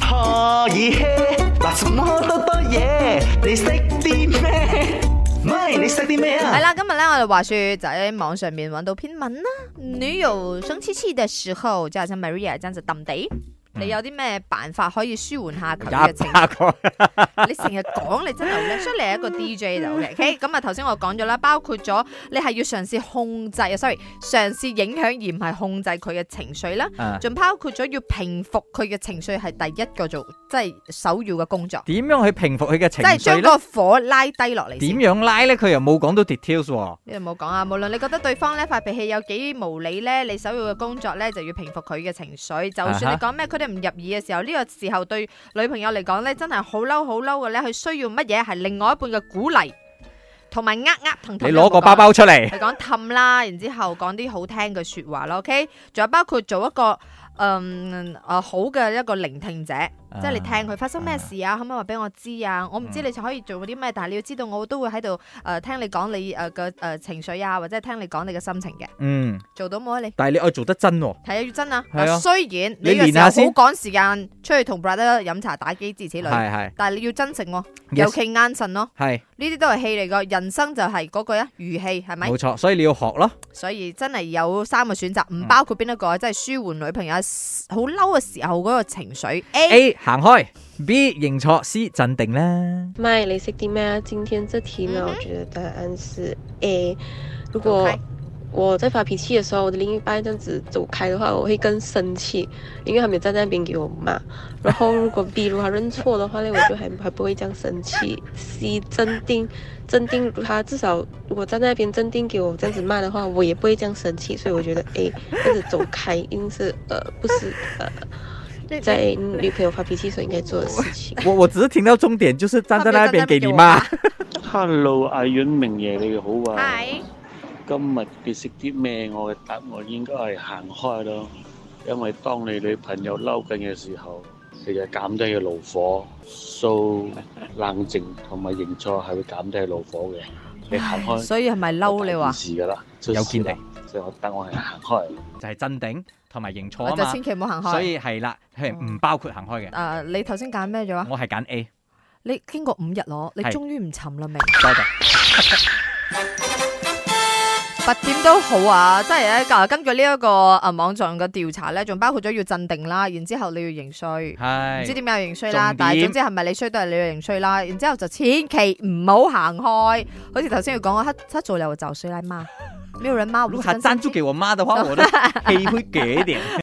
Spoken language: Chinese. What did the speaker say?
可以嘿，嗱什麼多多嘢，你識啲咩？咪你識啲咩 系啊？啦，今日咧我哋話说就喺網上面揾到篇文啦，女友生黐黐嘅時候，就係想 Maria 真就揼地。嗯你有啲咩辦法可以舒緩下佢嘅情？ 廿個你成日講你真係好叻，所以你係一個 DJ 就 OK。咁啊，頭先我講咗啦，包括咗你係要嘗試控制啊，sorry，嘗試影響而唔係控制佢嘅情緒啦，啊仲包括咗要平復佢嘅情緒係第一個做，即係首要嘅工作，點樣去平復佢嘅即情係緒將咧？個火拉低落嚟先。點樣拉咧？佢又冇講到 details 喎。你又冇講啊！無論你覺得對方呢發脾氣有幾無理呢，你首要嘅工作呢就要平復佢嘅情緒。就算你啊講咩佢哋唔入耳嘅時候，呢、個時候對女朋友嚟講呢，真係好嬲好嬲嘅呢。佢需要乜嘢係另外一半嘅鼓勵，同埋呃呃騰騰。你攞個包包出嚟，你講氹啦，然之後講啲好聽嘅説話咯，OK？仲有包括做一個嗯呃好嘅一個聆聽者，啊即係你聽佢發生咩事啊，可唔可以話俾我知啊？我唔嗯知你就可以做啲咩，但係你要知道，我都會喺度誒聽你講你誒嘅誒情緒啊，或者係聽你講你嘅心情嘅，嗯，做到冇啊你？但係你愛做得真喎。睇下要真啊！係啊嗱雖然你你有練時候下先好趕時間出去同 brother 飲茶打機之此類，係係但係你要真誠喎，尤 Yes，其眼神咯，係呢啲都係戲嚟㗎，人生就係嗰句啊，語氣係咪？冇錯，所以你要學咯。所以真係有三個選擇，唔包括邊一個，即係舒緩女朋友好嬲嘅時候嗰個情緒。A A 行開，B 認錯，C 鎮定啦。麦雷斯蒂麦啊，今天这题呢，嗯哼我觉得答案是 A。如果 OK 我在发脾气的时候，我的另一半这样子走开的话，我会更生气，因为他没有站在那边给我骂。然后如果 B 如果他认错的话呢，我就还还不会这样生气。C 镇定，镇定，他至少如果站在那边镇定给我这样子骂的话，我也不会这样生气。所以我觉得 A 这样子走开，一定是呃不是呃你在女朋友发脾气时候应该做的事情。我我只是聽到重點，就是站在那邊給你罵。 Hello，阿阮明爺你哋好啊！係今日你食啲咩？我嘅答案應該係行開咯，因為當你女朋友嬲緊嘅時候，你就減低個怒火，so 冷靜同埋認錯係會減低怒火嘅。你行開，所以係咪嬲你話？事㗎啦，有見地，所以我答案係行開。就係鎮定同埋認錯我啊就嘛千。祈唔好行開。嗯啊所以係啦，係唔包括行開嘅。誒，你頭先揀咩咗啊？我係揀 A，你經過五日咯，你係終於唔沉啦未？多謝。八點都好啊，即係咧，啊根據呢一個誒網上嘅調查咧，仲包括咗要鎮定啦，然之後你要認衰。唔知係點解要認衰啦，重點但係總之係咪你衰都係你要認衰啦，然之後就千祈唔好行開，好似頭先佢講啊，他他 做了我就衰啦媽，沒有人罵我如不果是他更赞生助氣 給我媽的話，我的黑會給一點。